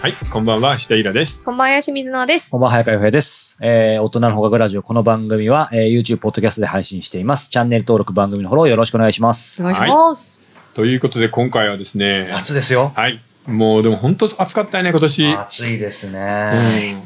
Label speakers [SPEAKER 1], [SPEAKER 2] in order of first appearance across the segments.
[SPEAKER 1] はい、こんばんは、下平です。
[SPEAKER 2] こんばんは、清水野です。
[SPEAKER 3] こんばんは、早川洋平です。えー、大人のほがラジオ、この番組は、えー YouTube、ポッドキャストで配信しています。チャンネル登録、番組のフォローよろしくお願いします。
[SPEAKER 2] お願いします。
[SPEAKER 1] ということで、今回はですね、
[SPEAKER 3] ですよ。
[SPEAKER 1] はい、もうでも本当暑かったよね、今年。
[SPEAKER 3] 暑いですね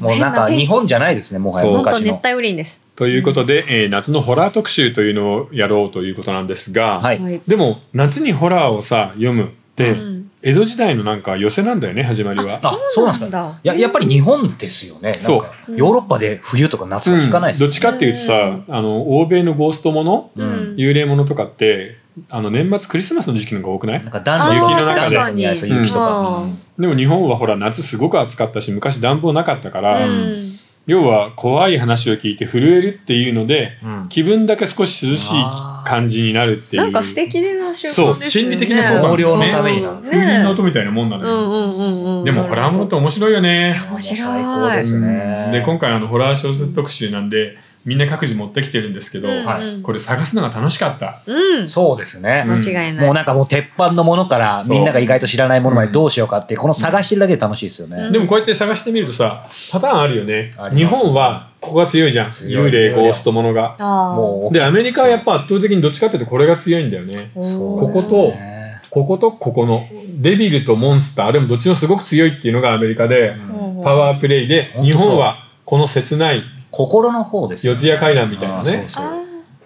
[SPEAKER 1] うん
[SPEAKER 3] もうなんか日本じゃないですね、もはや
[SPEAKER 1] そう
[SPEAKER 2] もっと
[SPEAKER 3] 昔
[SPEAKER 2] 熱
[SPEAKER 3] の。
[SPEAKER 2] 帯雨林です。
[SPEAKER 1] ということで、えー夏のホラー特集というのをやろうということなんですが、
[SPEAKER 3] はい。
[SPEAKER 2] はい。
[SPEAKER 1] でも、夏にホラーをさ、読むって、
[SPEAKER 2] うん
[SPEAKER 1] 江戸時代のなんか寄せなんだよね、始まりは。
[SPEAKER 3] あ
[SPEAKER 2] そうなんだ
[SPEAKER 3] いや、やっぱり日本ですよね。なんか
[SPEAKER 1] そう
[SPEAKER 3] ヨーロッパで冬とか夏
[SPEAKER 1] う
[SPEAKER 3] は
[SPEAKER 1] ん
[SPEAKER 3] 聞かないです
[SPEAKER 1] ど
[SPEAKER 3] よ
[SPEAKER 1] っちかっていうとさ、あの、欧米のゴーストもの、
[SPEAKER 2] う
[SPEAKER 3] うんん。
[SPEAKER 1] 幽霊ものとかって、あの、年末クリスマスの時期のが多くない
[SPEAKER 3] なんか暖
[SPEAKER 1] あ
[SPEAKER 3] 炉
[SPEAKER 1] ー
[SPEAKER 3] とか
[SPEAKER 1] 確か
[SPEAKER 2] に
[SPEAKER 3] そう雪とか。
[SPEAKER 2] う
[SPEAKER 3] うんん
[SPEAKER 1] でも日本はほら、夏すごく暑かったし、昔暖房なかったから、
[SPEAKER 2] うん
[SPEAKER 1] 要は怖い話を聞いて震えるっていうので、
[SPEAKER 3] うん
[SPEAKER 1] 気分だけ少し涼しい感じになるっていう。
[SPEAKER 2] なんか素敵な習慣ですよね。
[SPEAKER 1] そう心理的な効
[SPEAKER 3] 果がね同僚のためにな
[SPEAKER 2] うん
[SPEAKER 3] る
[SPEAKER 1] 風鈴の
[SPEAKER 2] ね
[SPEAKER 1] 音みたいなもんな
[SPEAKER 2] え。
[SPEAKER 1] の
[SPEAKER 2] う
[SPEAKER 1] よ。
[SPEAKER 2] んうんうんうん。
[SPEAKER 1] でもホラーものって面白いよね。
[SPEAKER 2] 面白い
[SPEAKER 3] 最高ですね。
[SPEAKER 1] で今回あのホラー小説特集なんでみんな各自持ってきてるんですけど、
[SPEAKER 2] うん
[SPEAKER 3] はい
[SPEAKER 2] うん
[SPEAKER 1] これ探すのが楽しかった。
[SPEAKER 2] うん。
[SPEAKER 3] そうですね。
[SPEAKER 2] 間違いない。
[SPEAKER 3] もうなんかもう鉄板のものから
[SPEAKER 1] そう
[SPEAKER 3] みんなが意外と知らないものまでどうしようかっていうこの探してるだけで楽しいですよね。
[SPEAKER 1] でもこうやって探してみるとさパターンあるよね
[SPEAKER 3] あ。ります
[SPEAKER 1] 日本はここが強いじゃん
[SPEAKER 3] 強い
[SPEAKER 1] 幽霊ゴーストものが。
[SPEAKER 2] あー
[SPEAKER 3] もう
[SPEAKER 1] でアメリカはやっぱ圧倒的にどっちかっていうとこれが強いんだよね。
[SPEAKER 2] おー
[SPEAKER 1] こことこことここのデビルとモンスターでもどっちもすごく強いっていうのがアメリカで。
[SPEAKER 2] うん
[SPEAKER 1] パワープレイで
[SPEAKER 3] 本当そう
[SPEAKER 1] 日本はこの切ない
[SPEAKER 3] 心の方ですよ
[SPEAKER 1] 四
[SPEAKER 3] ね
[SPEAKER 1] 谷怪談みたいな
[SPEAKER 3] あーそう
[SPEAKER 1] ね
[SPEAKER 3] そう
[SPEAKER 2] あ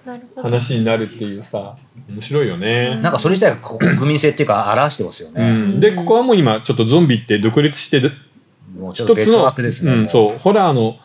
[SPEAKER 2] ーなるほど。
[SPEAKER 1] 話になるっていうさ面白いよね、
[SPEAKER 3] なんかそれ自体がこう国民性っていうか表してますよ
[SPEAKER 1] う
[SPEAKER 3] ね。
[SPEAKER 1] ん、でここはもう今ちょっとゾンビって独立してる
[SPEAKER 3] もうちょ
[SPEAKER 1] 一
[SPEAKER 3] っと
[SPEAKER 1] つ
[SPEAKER 3] 別
[SPEAKER 1] の、
[SPEAKER 3] 枠ですね。
[SPEAKER 1] うん、
[SPEAKER 3] も
[SPEAKER 1] そうホラーの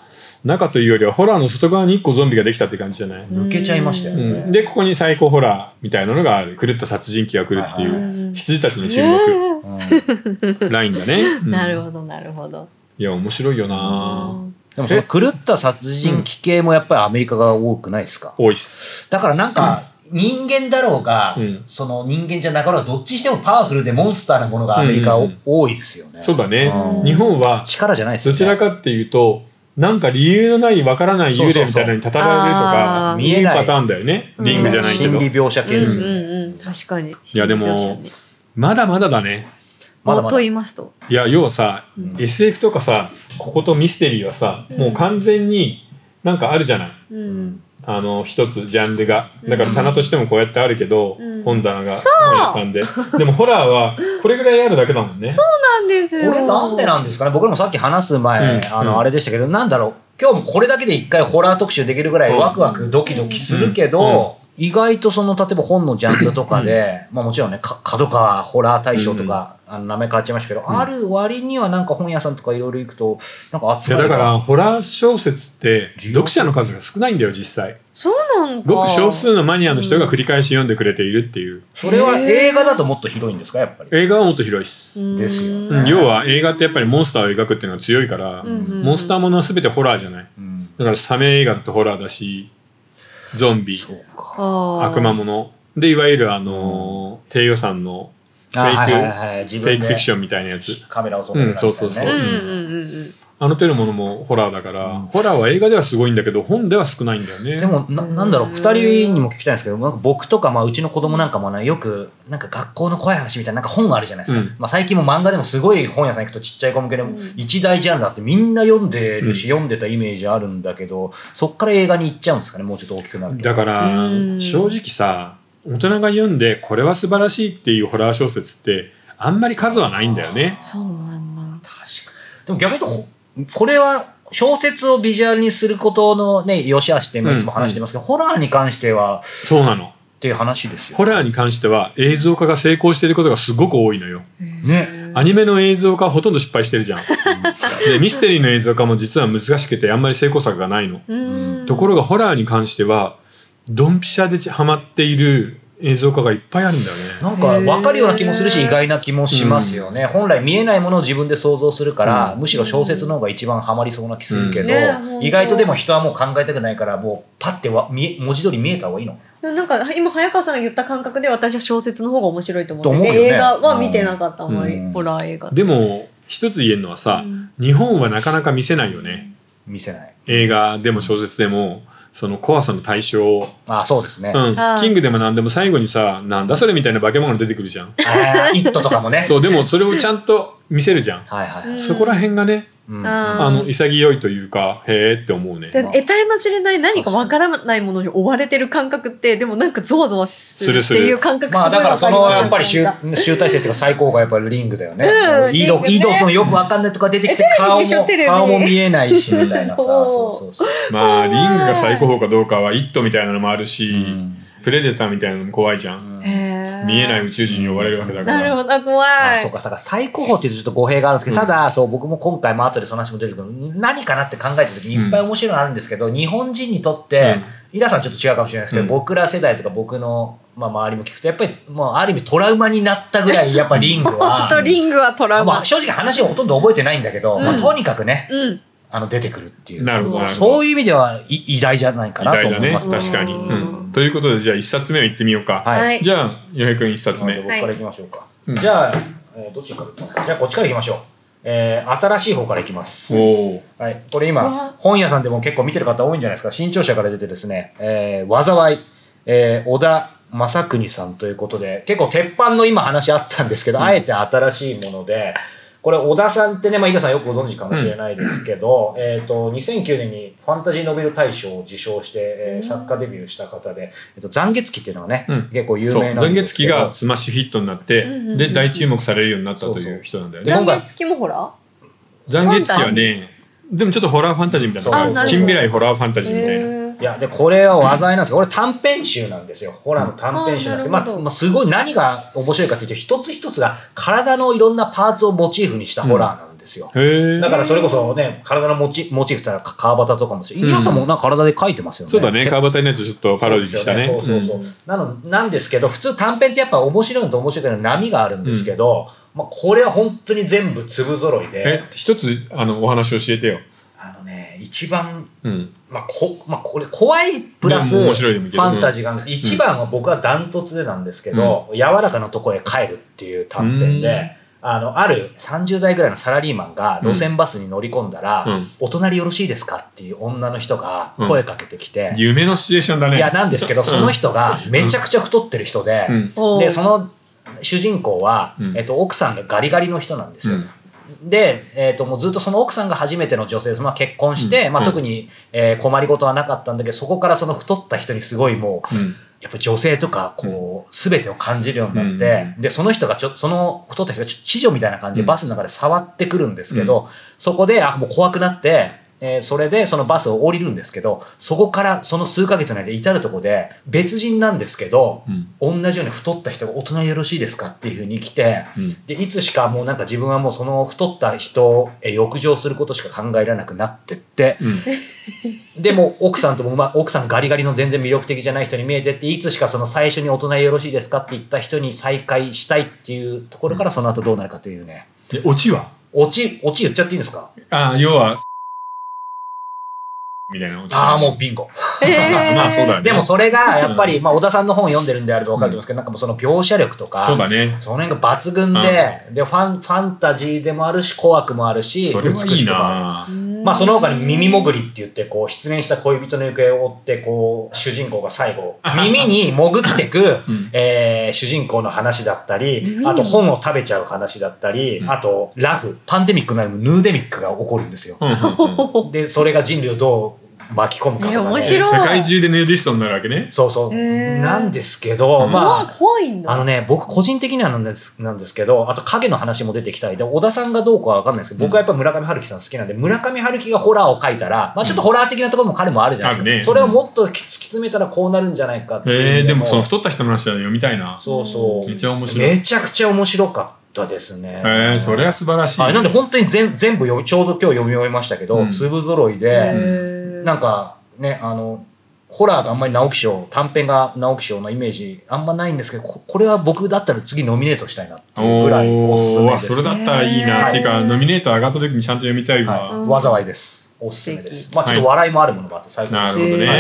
[SPEAKER 1] 中というよりはホラーの外側に1個ゾンビができたって感じじゃない、
[SPEAKER 3] 抜けちゃいましたよ
[SPEAKER 1] う
[SPEAKER 3] ね。
[SPEAKER 1] ん、でここに最高ホラーみたいなのがある狂った殺人鬼が来るってい
[SPEAKER 3] は
[SPEAKER 1] う
[SPEAKER 2] うん
[SPEAKER 1] 羊たちの
[SPEAKER 2] ね
[SPEAKER 1] 注目
[SPEAKER 2] え
[SPEAKER 3] うん
[SPEAKER 1] ラインだね、うん
[SPEAKER 2] なるほどなるほど。
[SPEAKER 1] いや面白いよな
[SPEAKER 3] でもその狂った殺人鬼系もやっぱりアメリカが多くないですか。
[SPEAKER 1] 多いっす
[SPEAKER 3] だからなんか人間だろうが
[SPEAKER 1] うん
[SPEAKER 3] その人間じゃなかろうがどっちにしてもパワフルでモンスターなものがアメリカ
[SPEAKER 1] うんう
[SPEAKER 3] お
[SPEAKER 1] ん
[SPEAKER 3] 多いですよね。
[SPEAKER 1] そうだね
[SPEAKER 3] うん
[SPEAKER 1] 日本は
[SPEAKER 3] 力じゃないですよ
[SPEAKER 1] ど
[SPEAKER 3] ね。
[SPEAKER 1] ちらかっていうと、なんか理由のない、わからない幽霊みたいなのにたたられると
[SPEAKER 2] あ
[SPEAKER 1] か、
[SPEAKER 2] ー
[SPEAKER 1] 見えるパターンだよね。
[SPEAKER 2] うん
[SPEAKER 1] リングじゃないけど
[SPEAKER 3] 心。理描写
[SPEAKER 2] うんう
[SPEAKER 3] 系ですよね。
[SPEAKER 2] んうん確かに。
[SPEAKER 1] いやでも
[SPEAKER 2] 心理描写ね
[SPEAKER 1] まだまだだね。
[SPEAKER 3] まだ
[SPEAKER 2] も
[SPEAKER 3] ま
[SPEAKER 2] っと
[SPEAKER 3] だ
[SPEAKER 2] 言いますと。
[SPEAKER 1] いや、要はさ、
[SPEAKER 2] うん
[SPEAKER 1] SF とかさ、こことミステリーはさ、
[SPEAKER 2] うん
[SPEAKER 1] もう完全になんかあるじゃない。
[SPEAKER 2] うん。
[SPEAKER 1] あの、一つ、ジャンルが。だか
[SPEAKER 2] う
[SPEAKER 1] ら
[SPEAKER 2] ん
[SPEAKER 1] 棚としてもこうやってあるけど、
[SPEAKER 2] うん
[SPEAKER 1] 本棚が、
[SPEAKER 2] そ
[SPEAKER 1] 本屋さんで。でもホラーは、これぐらいあるだけだもんね。
[SPEAKER 2] そうなんですよ。
[SPEAKER 3] これなんでなんですかね僕らもさっき話す前、
[SPEAKER 1] うん
[SPEAKER 3] あ
[SPEAKER 1] うん
[SPEAKER 3] のあれでしたけど、なんだろう今日もこれだけで一回ホラー特集できるぐらい
[SPEAKER 1] うん
[SPEAKER 3] ワクワクドキドキするけど、意外とその例えば本のジャンルとかで、まあもちろんねか角川ホラー大賞とか、あの名前変わっちゃいましたけど、
[SPEAKER 1] ん
[SPEAKER 3] ある割にはなんか本屋さんとかいろいろ行くとなんか
[SPEAKER 1] い
[SPEAKER 3] 扱
[SPEAKER 1] や、
[SPEAKER 3] いが
[SPEAKER 1] だから、ホラー小説って、読者の数が少ないんだよ、実際。
[SPEAKER 2] そうなんか。
[SPEAKER 1] ごく少数のマニアの人が繰り返し読んでくれているっていう。
[SPEAKER 3] それは映画だともっと広いんですかやっぱり。
[SPEAKER 1] 映画はもっと広いっす。
[SPEAKER 3] ですよ
[SPEAKER 2] うん
[SPEAKER 1] うん要は映画ってやっぱりモンスターを描くっていうのが強いから、
[SPEAKER 2] うんうんうん
[SPEAKER 1] モンスターものは全てホラーじゃない
[SPEAKER 3] うん
[SPEAKER 1] だからサメ映画だってホラーだしゾンビ
[SPEAKER 3] そうか
[SPEAKER 1] 悪
[SPEAKER 2] 悪
[SPEAKER 1] 魔ものでいわゆるあのー低予算のフ
[SPEAKER 3] あ
[SPEAKER 1] ェイク
[SPEAKER 3] はいはいはい、自
[SPEAKER 1] フェイ
[SPEAKER 3] 分
[SPEAKER 1] ク
[SPEAKER 3] で
[SPEAKER 1] フィクションみたいなやつ
[SPEAKER 3] カメラを撮ってるからみた
[SPEAKER 1] うんそうそ
[SPEAKER 3] いなね
[SPEAKER 1] うそう
[SPEAKER 2] うん
[SPEAKER 1] う
[SPEAKER 2] う
[SPEAKER 1] ん
[SPEAKER 2] んうんうん
[SPEAKER 1] あの手のものもホラーだから、
[SPEAKER 3] うん
[SPEAKER 1] ホラーは映画ではすごいんだけど本では少ないんだよね
[SPEAKER 3] でもななんだろう二人にも聞きたいんですけどなんか僕とか、まあ、うちの子供なんかもねよくなんか学校の怖い話みたいななんか本があるじゃないですか、
[SPEAKER 1] うん
[SPEAKER 3] まあ、最近も漫画でもすごい本屋さん行くとちっちゃい子向けで
[SPEAKER 2] うん
[SPEAKER 3] 一大ジャンルあってみんな読んでるし、読んでたイメージあるんだけどそっから映画に行っちゃうんですかねもうちょっと大きくなると
[SPEAKER 1] だから、
[SPEAKER 2] うん
[SPEAKER 1] 正直さ大人が読んでこれは素晴らしいっていうホラー小説ってあんまり数はないんだよね
[SPEAKER 2] そうなんだ
[SPEAKER 3] 確かにでも逆に言うとほこれは小説をビジュアルにすることのね良し悪しって今いつも話してますけど、ホラーに関しては
[SPEAKER 1] そうなの
[SPEAKER 3] っていう話ですよ
[SPEAKER 1] ホラーに関しては映像化が成功していることがすごく多いのよ
[SPEAKER 3] ね
[SPEAKER 1] アニメの映像化はほとんど失敗してるじゃん。でミステリーの映像化も実は難しくてあんまり成功作がないの。
[SPEAKER 2] うん
[SPEAKER 1] ところがホラーに関してはドンピシャでハマっている映像化がいっぱいあるんだよね。
[SPEAKER 3] なんか分かるような気もするし意外な気もしますよね、本来見えないものを自分で想像するから、
[SPEAKER 1] うん
[SPEAKER 3] むしろ小説の方が一番ハマりそうな気するけど、
[SPEAKER 2] うんねほんと
[SPEAKER 3] 意外とでも人はもう考えたくないからもうパッてわ見え文字通り見えた方がいいの
[SPEAKER 2] でもなんか今早川さんが言った感覚で私は小説の方が面白いと思って
[SPEAKER 3] と思うよ
[SPEAKER 2] て
[SPEAKER 3] ね
[SPEAKER 2] 映画は見てなかったあんまり
[SPEAKER 3] うん
[SPEAKER 2] ホラー映画
[SPEAKER 1] でも一つ言えるのはさ、
[SPEAKER 2] うん
[SPEAKER 1] 日本はなかなか見せないよね。
[SPEAKER 3] 見せない
[SPEAKER 1] 映画でも小説でもその怖さの対象を。
[SPEAKER 3] あそうですね、
[SPEAKER 1] うん
[SPEAKER 2] あー、
[SPEAKER 1] キングでも何でも最後にさなんだそれみたいな化け物出てくるじゃん。
[SPEAKER 3] あーイット!」とかもね
[SPEAKER 1] そうでもそれをちゃんと見せるじゃん、
[SPEAKER 3] はいはいはい。
[SPEAKER 1] そこら辺がね
[SPEAKER 3] うん
[SPEAKER 2] あー
[SPEAKER 1] あの潔いというかへえって思うね
[SPEAKER 2] で得体の知れない何かわからないものに追われてる感覚ってでもなんかゾワゾワするって
[SPEAKER 1] するす
[SPEAKER 2] い
[SPEAKER 1] る
[SPEAKER 2] う感覚す
[SPEAKER 3] ま
[SPEAKER 2] ご
[SPEAKER 3] あ
[SPEAKER 2] い
[SPEAKER 3] だからそのやっぱり集
[SPEAKER 2] わか
[SPEAKER 3] 集大成っていうか最高がやっぱりリングだよね
[SPEAKER 2] う。ん
[SPEAKER 3] 井戸、井戸のよくわかんないとか出てきて
[SPEAKER 2] テ
[SPEAKER 3] 顔
[SPEAKER 2] レビでしょ
[SPEAKER 3] も
[SPEAKER 2] テレビ
[SPEAKER 3] 顔も見えないしみたいなさ。
[SPEAKER 2] そう
[SPEAKER 3] そうそうそう。
[SPEAKER 1] まあリングが最高峰かどうかは「イット!」みたいなのもあるし、
[SPEAKER 3] うん
[SPEAKER 1] プレデターみたいなのも怖いじゃん、
[SPEAKER 2] りへー
[SPEAKER 1] 見えない宇宙人に呼ばれるわけだから
[SPEAKER 2] なるほどあ怖
[SPEAKER 3] あ
[SPEAKER 2] い
[SPEAKER 3] そうかそうか最高峰っていうとちょっと語弊があるんですけど、
[SPEAKER 1] うん
[SPEAKER 3] ただそう僕も今回も後でその話も出てくるけど何かなって考えた時にいっぱい面白いのあるんですけど、日本人にとって、イラさんちょっと違うかもしれないですけど、
[SPEAKER 1] うん
[SPEAKER 3] 僕ら世代とか僕の、まあ、周りも聞くとやっぱりもうある意味トラウマになったぐらいやっぱリングは
[SPEAKER 2] 本当リングはトラウ
[SPEAKER 3] ま
[SPEAKER 2] マ
[SPEAKER 3] あ、正直話をほとんど覚えてないんだけど、
[SPEAKER 2] うん
[SPEAKER 3] まあ、とにかくね
[SPEAKER 2] うん
[SPEAKER 3] あの出てくるっていう
[SPEAKER 1] なるほど
[SPEAKER 3] そう
[SPEAKER 1] なるほど
[SPEAKER 3] そういう意味ではい偉大じゃないか
[SPEAKER 1] 偉
[SPEAKER 3] なと
[SPEAKER 1] 大
[SPEAKER 3] 思
[SPEAKER 1] だ
[SPEAKER 3] い
[SPEAKER 1] ね
[SPEAKER 3] ます、
[SPEAKER 1] 確かに、
[SPEAKER 2] うん
[SPEAKER 1] うんということでじゃあ1冊目をいってみようか、
[SPEAKER 3] はい、
[SPEAKER 2] はい
[SPEAKER 1] じゃあ洋平君1冊目
[SPEAKER 3] なので僕からいきましょうか、
[SPEAKER 1] うん
[SPEAKER 3] じゃあ、えーどっちからいきますかじゃあこっちからいきましょう、えー新しい方からいきます
[SPEAKER 1] おお
[SPEAKER 3] はい、これ
[SPEAKER 2] う
[SPEAKER 3] 今
[SPEAKER 2] わ
[SPEAKER 3] 本屋さんでも結構見てる方多いんじゃないですか新潮社から出てですね「えー災い」えー小田正邦さんということで結構鉄板の今話あったんですけど、あえて新しいものでこれ小田さんってね、まあ、井田さんよくご存知かもしれないですけど、えー、と2009年にファンタジーノベル大賞を受賞して、えー作家デビューした方で「えー、と残月期」っていうのはね、
[SPEAKER 1] うん
[SPEAKER 3] 結構有
[SPEAKER 1] そう
[SPEAKER 3] 名な
[SPEAKER 1] 残
[SPEAKER 3] んで
[SPEAKER 1] 月
[SPEAKER 3] すけ
[SPEAKER 1] 期
[SPEAKER 3] ど
[SPEAKER 1] がスマッシュヒットになって、
[SPEAKER 2] うんうんうん
[SPEAKER 1] で大注目されるようになった
[SPEAKER 3] そう
[SPEAKER 1] と
[SPEAKER 3] そう
[SPEAKER 1] いう人なんだよね
[SPEAKER 3] で
[SPEAKER 2] 残
[SPEAKER 3] 今回
[SPEAKER 2] 月期もほら
[SPEAKER 1] 残月期はねでもちょっとホラーファンタジーみたいな
[SPEAKER 2] そう
[SPEAKER 1] 感
[SPEAKER 2] あなる
[SPEAKER 1] じ
[SPEAKER 2] ほど
[SPEAKER 1] 近未来ホラーファンタジーみたいな、
[SPEAKER 2] へー
[SPEAKER 3] いや、で、これは災いなんですけど、これ短編集なんですよ。ホラーの短編集なんですけど、
[SPEAKER 2] あーなる
[SPEAKER 3] ま
[SPEAKER 2] ほど
[SPEAKER 3] あ、まあ、すごい何が面白いかっていうと、一つ一つが体のいろんなパーツをモチーフにしたホラーなんですよ。
[SPEAKER 1] へ
[SPEAKER 3] だ
[SPEAKER 1] え
[SPEAKER 3] からそれこそね、体のモチモチーフってのは川端とかもですよ。伊さんもなんか体で描いてますよね。
[SPEAKER 1] そうだね川端のやつちょっとパロディしたね
[SPEAKER 3] そうそうそう。なの、なんですけど、普通短編ってやっぱ面白いのと面白くないの波があるんですけど、まあ、これは本当に全部粒揃い
[SPEAKER 1] え
[SPEAKER 3] で、
[SPEAKER 1] 一つあのお話を教えてよ、
[SPEAKER 3] あのね、一番
[SPEAKER 1] うん、
[SPEAKER 3] まあ、こ、まあ、これ、怖いプラス、
[SPEAKER 1] で
[SPEAKER 3] フ
[SPEAKER 1] も面白いでもいいけど
[SPEAKER 3] ァンタジーがあるんですけど、一番は僕はダントツでなんですけど、柔らかなとこへ帰るっていう短編で、あの、ある30代ぐらいのサラリーマンが
[SPEAKER 1] うん
[SPEAKER 3] 路線バスに乗り込んだら、
[SPEAKER 1] うん
[SPEAKER 3] お隣よろしいですかっていう女の人が
[SPEAKER 1] うん
[SPEAKER 3] 声かけてきて、
[SPEAKER 1] 夢のシチュエーションだね
[SPEAKER 3] いや、なんですけど、その人がめちゃくちゃ太ってる人で、
[SPEAKER 1] うん
[SPEAKER 2] おー
[SPEAKER 3] で、その主人公は、
[SPEAKER 1] うん
[SPEAKER 3] えっと、奥さんがガリガリの人なんですよ。で、えー、ともうずっとその奥さんが初めての女性です、まあ、結婚して、
[SPEAKER 1] うん
[SPEAKER 3] まあ、
[SPEAKER 1] うん
[SPEAKER 3] 特に、えー困りごとはなかったんだけどそこからその太った人にすごいもう
[SPEAKER 1] うんうん
[SPEAKER 3] やっぱ女性とかこう、全てを感じるようになって、でその人がちょその太った人がちょ知女みたいな感じ
[SPEAKER 1] う
[SPEAKER 3] で
[SPEAKER 1] ん
[SPEAKER 3] バスの中で触ってくるんですけど、そこであもう怖くなって、えーそれでそのバスを降りるんですけどそこからその数ヶ月の間で至るとこで別人なんですけど
[SPEAKER 1] うん
[SPEAKER 3] 同じように太った人が大人よろしいですかっていうふうに来て。
[SPEAKER 1] うん
[SPEAKER 3] でいつしかもうなんか自分はもうその太った人へ浴場することしか考えられなくなってって
[SPEAKER 1] うん
[SPEAKER 3] でもう奥さんとも、まあ、奥さんガリガリの全然魅力的じゃない人に見えてっていつしかその最初に大人よろしいですかって言った人に再会したいっていうところからその後どうなるかというね
[SPEAKER 1] でオチは
[SPEAKER 3] オチオチ言っちゃっていいんですか
[SPEAKER 1] あ要はみたいなオチ
[SPEAKER 3] ああもうビンゴ
[SPEAKER 2] へー
[SPEAKER 1] まあそうだよね
[SPEAKER 3] でもそれがやっぱり、まあ、小田さんの本読んでるんであれば分かると思うんですけど、なんかもうその描写力とか
[SPEAKER 1] そうだね
[SPEAKER 3] その辺が抜群で、でファンファンタジーでもあるし怖くもあるし
[SPEAKER 1] それはい
[SPEAKER 3] 美
[SPEAKER 1] い
[SPEAKER 3] しくもある
[SPEAKER 1] な
[SPEAKER 3] まあ、その他に耳潜りって言ってこう失恋した恋人の行方を追ってこう主人公が最後耳に潜ってく、
[SPEAKER 1] うん
[SPEAKER 3] えー主人公の話だったり
[SPEAKER 2] うん
[SPEAKER 3] あと本を食べちゃう話だったり
[SPEAKER 1] うん
[SPEAKER 3] あとラフパンデミックなるヌーデミックが起こるんですよ。
[SPEAKER 1] うんうんうん
[SPEAKER 3] でそれが人類をどう巻き込むかとか、
[SPEAKER 2] え
[SPEAKER 1] 世
[SPEAKER 2] 面白い
[SPEAKER 1] 界中でヌーディストになるわけね
[SPEAKER 3] そうそう
[SPEAKER 2] へー
[SPEAKER 3] なんですけど、
[SPEAKER 1] うん
[SPEAKER 3] まあ
[SPEAKER 2] 怖い怖いんだ
[SPEAKER 3] あのね、僕個人的にはなんですなんですけど、あと影の話も出てきたりで、小田さんがどうかは分かんないですけど、僕はやっぱ村上春樹さん好きなんで、村上春樹がホラーを書いたら、まあちょっとホラー的なところも彼もあるじゃないですか。
[SPEAKER 1] あるね
[SPEAKER 3] それをもっと突き詰めたらこうなるんじゃないかっていう
[SPEAKER 1] え
[SPEAKER 3] 意味
[SPEAKER 1] ー、でもその
[SPEAKER 3] そ
[SPEAKER 1] 太
[SPEAKER 3] う
[SPEAKER 1] った人の話だね読みたいな
[SPEAKER 3] そう。
[SPEAKER 1] めっちゃ面白い
[SPEAKER 3] めちゃくちゃ面白かったですね。
[SPEAKER 1] えー、それは素晴らしい、
[SPEAKER 3] はい、なんで本当に全全部読み、ちょうど今日読み終えましたけど、
[SPEAKER 1] うん
[SPEAKER 3] 粒揃いで、
[SPEAKER 2] へー
[SPEAKER 3] なんかねあのホラーがあんまり直木賞短編が直木賞のイメージあんまないんですけどここれは僕だったら次ノミネートしたいなっていうぐらいおすすめ
[SPEAKER 1] お
[SPEAKER 3] で
[SPEAKER 1] おそ
[SPEAKER 3] す、
[SPEAKER 1] れだったらいいな、
[SPEAKER 2] ねー
[SPEAKER 1] っていうかノミネート上がった時にちゃんと読みたいわ、
[SPEAKER 2] うん
[SPEAKER 3] はい、災いですおすすめで
[SPEAKER 2] 素
[SPEAKER 3] す
[SPEAKER 2] 敵
[SPEAKER 3] まあちょっと笑いもあるものもあって最高で
[SPEAKER 1] な
[SPEAKER 3] す、
[SPEAKER 1] るほどね
[SPEAKER 2] へ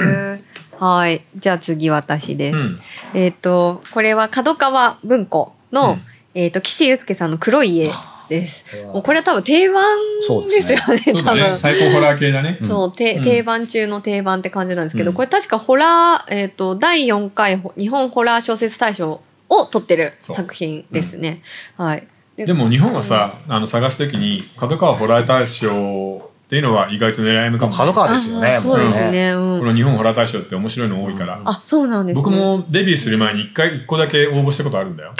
[SPEAKER 2] ーはいじゃあ次私です、
[SPEAKER 1] うん
[SPEAKER 2] えっ、とこれは角川文庫の、
[SPEAKER 1] うん
[SPEAKER 2] えっ、と岸優介さんの黒い絵です
[SPEAKER 3] これは
[SPEAKER 2] もうこれは多分定番
[SPEAKER 3] そうで
[SPEAKER 2] ですす
[SPEAKER 3] ね
[SPEAKER 2] よね
[SPEAKER 1] そう
[SPEAKER 2] 多
[SPEAKER 1] だね
[SPEAKER 2] 分
[SPEAKER 1] 最高ホラー系だね
[SPEAKER 2] そう、て
[SPEAKER 1] うん
[SPEAKER 2] 定番中の定番って感じなんですけど、
[SPEAKER 1] うん
[SPEAKER 2] これ確かホラー、えっ、と、第4回ほ日本ホラー小説大賞を取ってる
[SPEAKER 1] そう
[SPEAKER 2] 作品ですね。はい。
[SPEAKER 1] でも日本はさ、あの探すときに角川ホラー大賞っていうのは意外と狙い目かも、
[SPEAKER 3] 角川ですよね。
[SPEAKER 2] あそうですね。う
[SPEAKER 1] こ
[SPEAKER 2] ん、
[SPEAKER 1] の日本ホラー大賞って面白いの多いから、
[SPEAKER 2] あ、そうなんです、ね。
[SPEAKER 1] 僕。もデビューする前に一回一個だけ応募したことあるんだよ。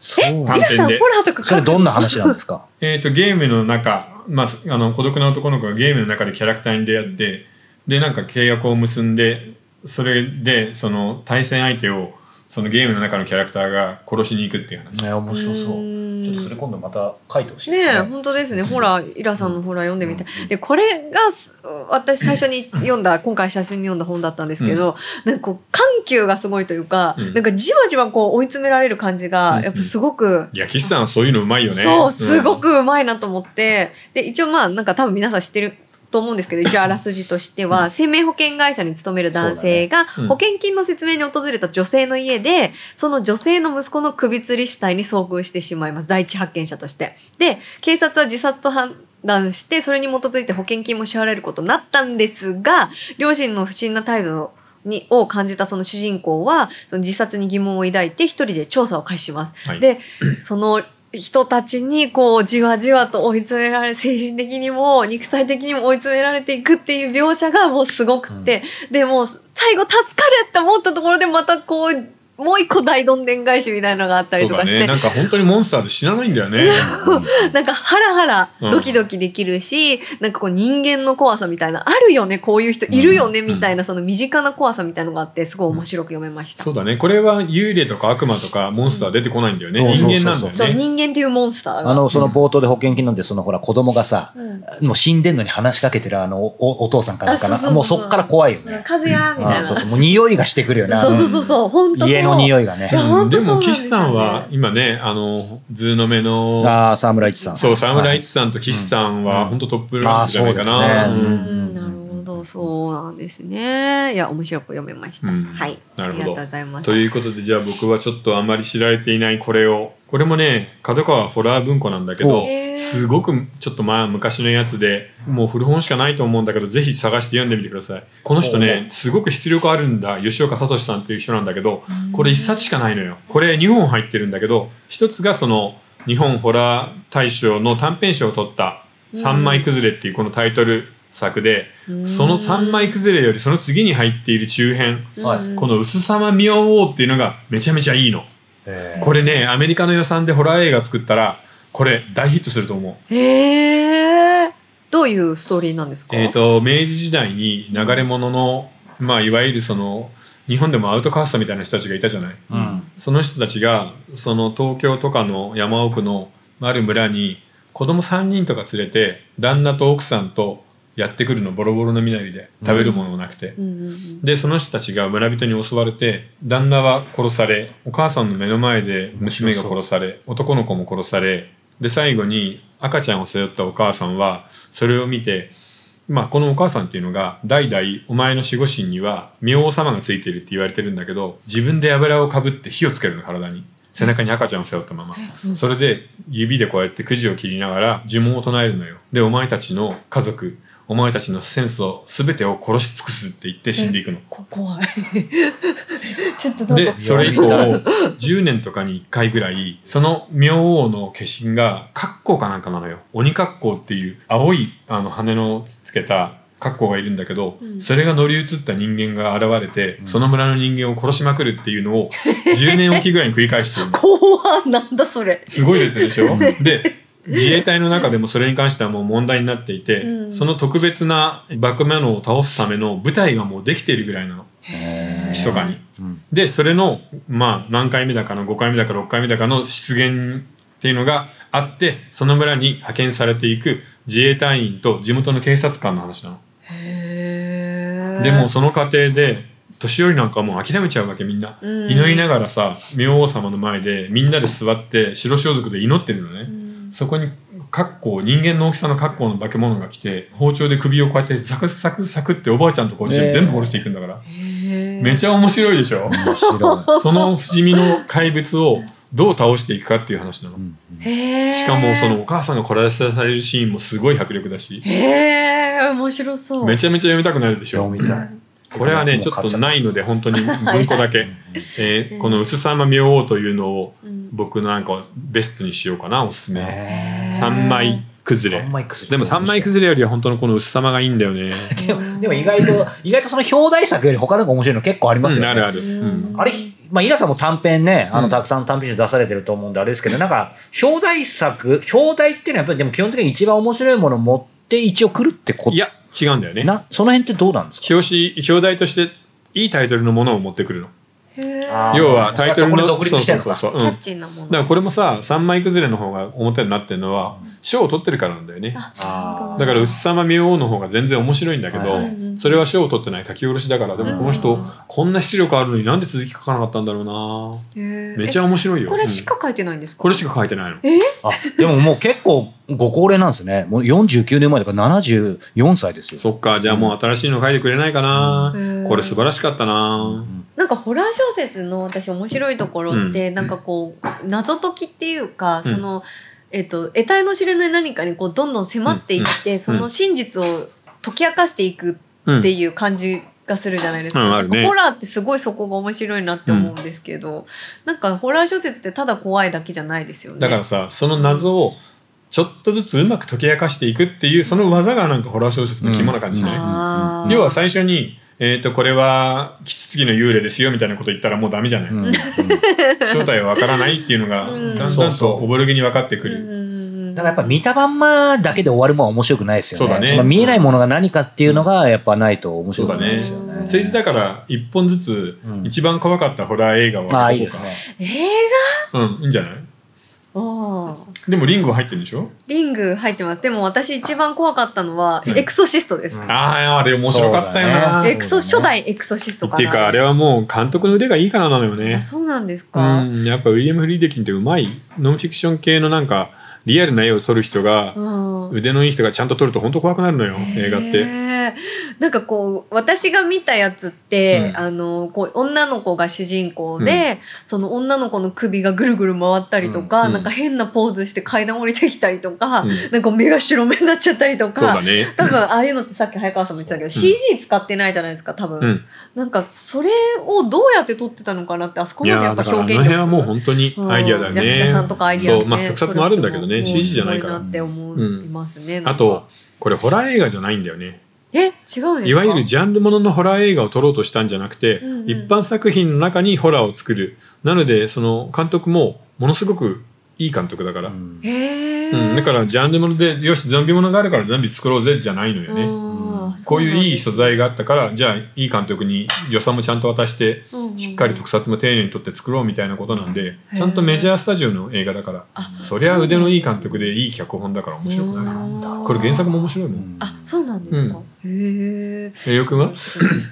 [SPEAKER 3] そうなん
[SPEAKER 1] え
[SPEAKER 2] 皆さん、
[SPEAKER 1] で
[SPEAKER 2] ホラーとか
[SPEAKER 3] それどんな話なんですか
[SPEAKER 1] えっ、と、ゲームの中、まあ、あの、孤独な男の子がゲームの中でキャラクターに出会って、で、なんか契約を結んで、それで、その、対戦相手を、そのゲームの中のキャラクターが殺しに行くっていう話。
[SPEAKER 3] ね、面白そうう。
[SPEAKER 2] ーん
[SPEAKER 3] ちょっとそれ今度また書いてほしい
[SPEAKER 2] ね
[SPEAKER 3] です
[SPEAKER 2] え、
[SPEAKER 3] ね。
[SPEAKER 2] 本当ですね。ホラー、イラさんのホラー読んでみたい。で、これが、す私最初に読んだ、今回最初に読んだ本だったんですけど、なんかこう、緩急がすごいというか、
[SPEAKER 1] うん
[SPEAKER 2] なんかじわじわこう追い詰められる感じ
[SPEAKER 1] う
[SPEAKER 2] が、
[SPEAKER 1] ん
[SPEAKER 2] やっぱすごく、
[SPEAKER 1] いや、岸さんはそういうのうまいよね。
[SPEAKER 2] そう、すご
[SPEAKER 1] く。
[SPEAKER 2] くうまいなと思って、で、一応まあ、なんか多分皆さん知ってると思うんですけど、一応あらすじとしては、生命保険会社に勤める男性が、
[SPEAKER 1] うん
[SPEAKER 2] 保険金の説明に訪れた女性の家で、その女性の息子の首吊り死体に遭遇してしまいます。第一発見者として。で、警察は自殺と判断して、それに基づいて保険金も支払えることになったんですが、両親の不審な態度にを感じたその主人公は、その自殺に疑問を抱いて一人で調査を開始します。
[SPEAKER 1] はい
[SPEAKER 2] で、その人たちにこうじわじわと追い詰められ、精神的にも肉体的にも追い詰められていくっていう描写がもうすごくて、で、もう最後助かるって思ったところでまたこう、もう一個大どんでん返しみたいなのがあっ
[SPEAKER 1] そ
[SPEAKER 2] たり
[SPEAKER 1] う
[SPEAKER 2] とか
[SPEAKER 1] だ
[SPEAKER 2] して、
[SPEAKER 1] ね。なんか本当にモンスターで死なないんだよね。
[SPEAKER 2] なんかハラハ
[SPEAKER 1] う
[SPEAKER 2] ラ
[SPEAKER 1] ん
[SPEAKER 2] ドキドキできるし、なんかこう人間の怖さみたいな、あるよね、こういう人いるよね、
[SPEAKER 1] うん
[SPEAKER 2] みたいな、その身近な怖さみたいのがあって、すごい面白く読めました。
[SPEAKER 1] そうだね。これは幽霊とか悪魔とかモンスター出てこないんだよね。
[SPEAKER 3] そう
[SPEAKER 1] 人
[SPEAKER 3] そうそうそう
[SPEAKER 1] 間なんだよね。
[SPEAKER 2] そう、人間っていうモンスターが。
[SPEAKER 3] あの、その冒頭で保険金なんて、そのほら、子供がさ、
[SPEAKER 2] うん、
[SPEAKER 3] もう死んでんのに話しかけてるあの、おお父さんかなんか
[SPEAKER 2] あそうそう
[SPEAKER 3] な。
[SPEAKER 2] そう
[SPEAKER 3] もうそっから怖いよ
[SPEAKER 2] うん
[SPEAKER 3] ね。
[SPEAKER 2] 風や、みたい
[SPEAKER 3] あ
[SPEAKER 2] な。
[SPEAKER 3] そうそう。もう匂いがしてくるよね。あ
[SPEAKER 2] そうそう
[SPEAKER 3] の
[SPEAKER 2] そうそう、本当そう
[SPEAKER 3] 家の匂いがね
[SPEAKER 2] い。や
[SPEAKER 1] うん
[SPEAKER 2] 本
[SPEAKER 1] で
[SPEAKER 2] 当そうなん
[SPEAKER 1] も
[SPEAKER 2] ですよね
[SPEAKER 1] 岸さんは今ねあの図の目の
[SPEAKER 3] ああ、沢村一さん。
[SPEAKER 1] そう沢村
[SPEAKER 3] はい
[SPEAKER 1] 一さんと岸さんは
[SPEAKER 3] うん
[SPEAKER 1] 本当トップランクじゃないか
[SPEAKER 3] あ
[SPEAKER 1] な、
[SPEAKER 3] そううですね
[SPEAKER 1] ん
[SPEAKER 2] うんなるほど、そうなんですね。いや、面白く読めました。
[SPEAKER 1] うん
[SPEAKER 2] はい。
[SPEAKER 1] なるほど
[SPEAKER 2] ありがとうございます。
[SPEAKER 1] ということでじゃあ僕はちょっとあんまり知られていないこれをこれもね角川ホラー文庫なんだけど
[SPEAKER 3] お
[SPEAKER 2] へー
[SPEAKER 1] すごくちょっとまあ昔のやつでもう古本しかないと思うんだけどぜひ探して読んでみてくださいこの人ねすごく出力あるんだ吉岡聡さんっていう人なんだけどこれ1冊しかないのよこれ2本入ってるんだけど1つがその日本ホラー大賞の短編賞を取った「三枚崩れ」っていうこのタイトル作で
[SPEAKER 2] うん
[SPEAKER 1] その三枚崩れよりその次に入っている中編
[SPEAKER 3] はい
[SPEAKER 1] この「薄さま見よう」っていうのがめちゃめちゃいいの
[SPEAKER 3] えー
[SPEAKER 1] これねアメリカの予算でホラー映画作ったらこれ大ヒットすると思う
[SPEAKER 2] へえ。どういうストーリーなんですか
[SPEAKER 1] えー、と明治時代に流れ物の、まあ、いわゆるその日本でもアウトカーストみたいな人たちがいたじゃない、
[SPEAKER 3] うん
[SPEAKER 1] その人たちがその東京とかの山奥のある村に子供3人とか連れて旦那と奥さんとやってくるのボロボロの身なりで食べるものもなくて、
[SPEAKER 2] うんうんうん
[SPEAKER 1] でその人たちが村人に襲われて旦那は殺されお母さんの目の前で娘が殺され男の子も殺されで最後に赤ちゃんを背負ったお母さんはそれを見て、まあ、このお母さんっていうのが代々お前の守護神には明王様がついてるって言われてるんだけど自分で油をかぶって火をつけるの体に背中に赤ちゃんを背負ったままそれで指でこうやってくじを切りながら呪文を唱えるのよでお前たちの家族お前たちのセンスを全てを殺し尽くすって言って死んでいくの。
[SPEAKER 2] こ怖い。 ちょっとなんか
[SPEAKER 1] で、それ以降、10年とかに1回ぐらい、その明王の化身が、格好かなんかなのよ。鬼格好っていう、青いあの羽のつけた格好がいるんだけど、
[SPEAKER 2] うん
[SPEAKER 1] それが乗り移った人間が現れて、
[SPEAKER 3] うん
[SPEAKER 1] その村の人間を殺しまくるっていうの を、10年おきぐらいに繰り返してるの。
[SPEAKER 2] 怖いなんだそれ。
[SPEAKER 1] すごい出てるでしょで自衛隊の中でもそれに関してはもう問題になっていて、
[SPEAKER 2] うん
[SPEAKER 1] その特別なバックメロンを倒すための部隊がもうできているぐらいなの
[SPEAKER 3] へー
[SPEAKER 1] 密かに。
[SPEAKER 3] うん
[SPEAKER 1] でそれのまあ何回目だかの5回目だか6回目だかの出現っていうのがあってその村に派遣されていく自衛隊員と地元の警察官の話なの。
[SPEAKER 2] へえ。
[SPEAKER 1] でもうその過程で年寄りなんかもう諦めちゃうわけみんな、
[SPEAKER 2] うん
[SPEAKER 1] 祈りながらさ明王様の前でみんなで座って白装束で祈ってるのね。
[SPEAKER 2] うん
[SPEAKER 1] そこに格好人間の大きさの格好の化け物が来て包丁で首をこうやってザクザクザクっておばあちゃんとこうして
[SPEAKER 3] ねえ
[SPEAKER 1] 全部殺していくんだから、
[SPEAKER 2] へえ
[SPEAKER 1] めちゃ面白いでしょ
[SPEAKER 3] 面白
[SPEAKER 1] その不死身の怪物をどう倒していくかっていう話なの
[SPEAKER 3] い。う、んうん
[SPEAKER 2] へえ
[SPEAKER 1] しかもそのお母さんが殺されるシーンもすごい迫力だし
[SPEAKER 2] へえ面白そう
[SPEAKER 1] めちゃめちゃ読みたくなるでしょ
[SPEAKER 3] 読みたい。
[SPEAKER 1] これはね、
[SPEAKER 3] も
[SPEAKER 1] ち
[SPEAKER 3] う
[SPEAKER 1] ょっ
[SPEAKER 3] 買ち
[SPEAKER 1] と
[SPEAKER 3] ゃた
[SPEAKER 1] ないので、本当に文庫だけ。 えーこの薄さま明王というのを、
[SPEAKER 2] うん
[SPEAKER 1] 僕のなんかベストにしようかな、おすすめ。
[SPEAKER 3] ねえ
[SPEAKER 1] 3枚崩れ
[SPEAKER 3] 三。枚崩れ
[SPEAKER 1] でも3枚崩れよりは本当のこの薄さまがいいんだよ ね。
[SPEAKER 3] でもでも意外と意外とその表題作より他のが面白いの結構あります
[SPEAKER 1] うん、
[SPEAKER 3] よね、
[SPEAKER 1] あるある。
[SPEAKER 2] う
[SPEAKER 1] うんん。
[SPEAKER 3] あれ、まあ、イラさんも短編ね、
[SPEAKER 1] う
[SPEAKER 3] あの、
[SPEAKER 1] ん
[SPEAKER 3] たくさん短編集出されてると思うんで、あれですけど、なんか、表題作、表題っていうのはやっぱりでも基本的に一番面白いものを持って一応来るってこ
[SPEAKER 1] い
[SPEAKER 3] と
[SPEAKER 1] や、違うんだよね。
[SPEAKER 3] な、その辺ってどうなんですか
[SPEAKER 1] 表紙、表題として、いいタイトルのものを持ってくるの。
[SPEAKER 2] へー
[SPEAKER 3] あー
[SPEAKER 1] 要はタイトルの
[SPEAKER 3] そこで独立してんのか
[SPEAKER 1] そうそう
[SPEAKER 2] キ
[SPEAKER 1] そう、う
[SPEAKER 2] ャ
[SPEAKER 1] ん
[SPEAKER 2] ッ、チーなも
[SPEAKER 1] だか
[SPEAKER 2] の。
[SPEAKER 1] らこれもさ3枚崩れの方が表になってるのは賞を取ってるからなんだよね
[SPEAKER 2] あなるほど
[SPEAKER 1] だから「薄さま明王」の方が全然面白いんだけど、
[SPEAKER 3] はい
[SPEAKER 2] はい
[SPEAKER 1] それは賞を取ってない書き下ろしだからでもこの
[SPEAKER 2] う
[SPEAKER 1] 人
[SPEAKER 2] ん
[SPEAKER 1] こんな出力あるのになんで続き書かなかったんだろう
[SPEAKER 2] へー
[SPEAKER 1] なめちゃ面白いよ
[SPEAKER 2] これ
[SPEAKER 1] う
[SPEAKER 2] し
[SPEAKER 1] ん
[SPEAKER 2] か書いてないんですか
[SPEAKER 1] これしか書いてないの
[SPEAKER 3] あ、でももう結構ご高齢なんですね。もう49年前だから74歳ですよ。
[SPEAKER 1] そっかじゃあもう新しいの書いてくれないかな、
[SPEAKER 2] うん
[SPEAKER 1] これ素晴らしかったな、
[SPEAKER 3] ん
[SPEAKER 2] なんかホラー小説の私面白いところって、
[SPEAKER 1] うん
[SPEAKER 2] なんかこう謎解きっていうか、
[SPEAKER 1] うん
[SPEAKER 2] そのえっと得体の知れない何かにこうどんどん迫っていって、その真実を解き明かしていく
[SPEAKER 1] うん
[SPEAKER 2] っていう感じがするじゃないですか,、
[SPEAKER 1] うんあるね
[SPEAKER 2] なんかホラーってすごいそこが面白いなって思うんですけど、なんかホラー小説ってただ怖いだけじゃないですよね。
[SPEAKER 1] だからさその謎をちょっとずつうまく解き明かしていくっていうその技がなんかホラー小説の肝な感じしない、
[SPEAKER 2] あー
[SPEAKER 1] 要は最初に、えーと、これは、キツツキの幽霊ですよ、みたいなこと言ったらもうダメじゃない。
[SPEAKER 3] うんうん
[SPEAKER 1] 正体はわからないっていうのが、
[SPEAKER 2] うん
[SPEAKER 1] だん
[SPEAKER 3] そ
[SPEAKER 1] だ
[SPEAKER 3] うんそ
[SPEAKER 1] と
[SPEAKER 3] う
[SPEAKER 1] おぼろげに分かってく
[SPEAKER 2] うんうん
[SPEAKER 1] る。
[SPEAKER 2] うんうん
[SPEAKER 3] だからやっぱ見たまんまだけで終わるもんは面白くないですよね。
[SPEAKER 1] そうだね
[SPEAKER 3] の見えないものが何かっていうのがやっぱないと面白くないですよ
[SPEAKER 2] そうだ
[SPEAKER 3] ね。
[SPEAKER 2] ね
[SPEAKER 1] それでだから、一本ずつ
[SPEAKER 3] うん、
[SPEAKER 1] 一番怖かったホラー映画を
[SPEAKER 3] ああ、
[SPEAKER 1] あ
[SPEAKER 3] いい
[SPEAKER 1] げ
[SPEAKER 3] で
[SPEAKER 1] と
[SPEAKER 3] す
[SPEAKER 1] こうか。
[SPEAKER 3] ね。
[SPEAKER 2] 映
[SPEAKER 1] うん、いいんじゃない
[SPEAKER 2] 画あー
[SPEAKER 1] でもリング入ってるんでしょ
[SPEAKER 2] リング入ってますでも私一番怖かったのは、
[SPEAKER 1] うん
[SPEAKER 2] エクソシストです。
[SPEAKER 3] うん
[SPEAKER 1] ああ、あれ面白かったよ
[SPEAKER 3] そうだ
[SPEAKER 1] な。
[SPEAKER 3] ね
[SPEAKER 2] エクソ
[SPEAKER 3] そ
[SPEAKER 2] 初
[SPEAKER 3] うだ
[SPEAKER 2] 代エクソシストかな。
[SPEAKER 1] っていうか、あれはもう監督の腕がいいからなのよ
[SPEAKER 2] あ
[SPEAKER 1] ね。
[SPEAKER 2] そうなんです
[SPEAKER 1] う
[SPEAKER 2] か。
[SPEAKER 1] ん、やっぱウィリアム・フリーデキンってうまい、ノンフィクション系のなんか、リアルな絵を撮る人が、
[SPEAKER 2] うん
[SPEAKER 1] 腕のいい人がちゃんと撮ると本当怖くなるのよ、映画って。
[SPEAKER 2] へーなんかこう私が見たやつって、
[SPEAKER 1] うん
[SPEAKER 2] あのこう女の子が主人公で、その女の子の首がぐるぐる回ったりとか、
[SPEAKER 1] うん
[SPEAKER 2] なんか変なポーズして階段降りてきたりとか、
[SPEAKER 1] うん
[SPEAKER 2] なんか目が白目になっちゃったりと
[SPEAKER 1] そうだ
[SPEAKER 2] か。
[SPEAKER 1] ね。
[SPEAKER 2] 多分ああいうのってさっき早川さんも言ってたけど、CG 使ってないじゃないですか多分、
[SPEAKER 1] うん
[SPEAKER 2] なんかそれをどうやって撮ってたのかなってあそこ
[SPEAKER 1] い
[SPEAKER 2] までや
[SPEAKER 1] や
[SPEAKER 2] っ
[SPEAKER 1] ーだ
[SPEAKER 2] ぱ
[SPEAKER 1] からあの
[SPEAKER 2] 表現力
[SPEAKER 1] 辺はもう本当にアイディアだよね。
[SPEAKER 2] 役者さんとかアイディア
[SPEAKER 1] そう、まあ特撮もあるんだけどね、CG じゃないか
[SPEAKER 2] っ
[SPEAKER 1] ら。
[SPEAKER 2] て思いますね。
[SPEAKER 1] あと、これホラー映画じゃないんだよね。
[SPEAKER 2] え違うんですか
[SPEAKER 1] いわゆるジャンルもののホラー映画を撮ろうとしたんじゃなくて、
[SPEAKER 2] うんうん
[SPEAKER 1] 一般作品の中にホラーを作る。なので、その監督もものすごくいい監督だから。うん
[SPEAKER 3] ん
[SPEAKER 2] へー
[SPEAKER 1] だからジャンルもので、よし、ゾンビものがあるからゾンビ作ろうぜじゃないのよ
[SPEAKER 2] あ
[SPEAKER 1] ね。
[SPEAKER 2] ー
[SPEAKER 3] うん
[SPEAKER 1] こういういい素
[SPEAKER 2] そ
[SPEAKER 1] 材があったから、じゃあいい監督に予算もちゃんと渡して、
[SPEAKER 2] うなんです
[SPEAKER 1] しっかり特撮も丁寧に撮って作ろうみたいなことなんで、
[SPEAKER 2] ー
[SPEAKER 1] ちゃんとメジャースタジオの映画だから、
[SPEAKER 2] あ
[SPEAKER 1] そりゃ腕のいい監督でいい脚本だから面白くな
[SPEAKER 3] る
[SPEAKER 2] あー
[SPEAKER 1] い。これ原作も面白いもん。
[SPEAKER 2] あそうなんですか、へえ
[SPEAKER 1] えよくんは
[SPEAKER 3] うんい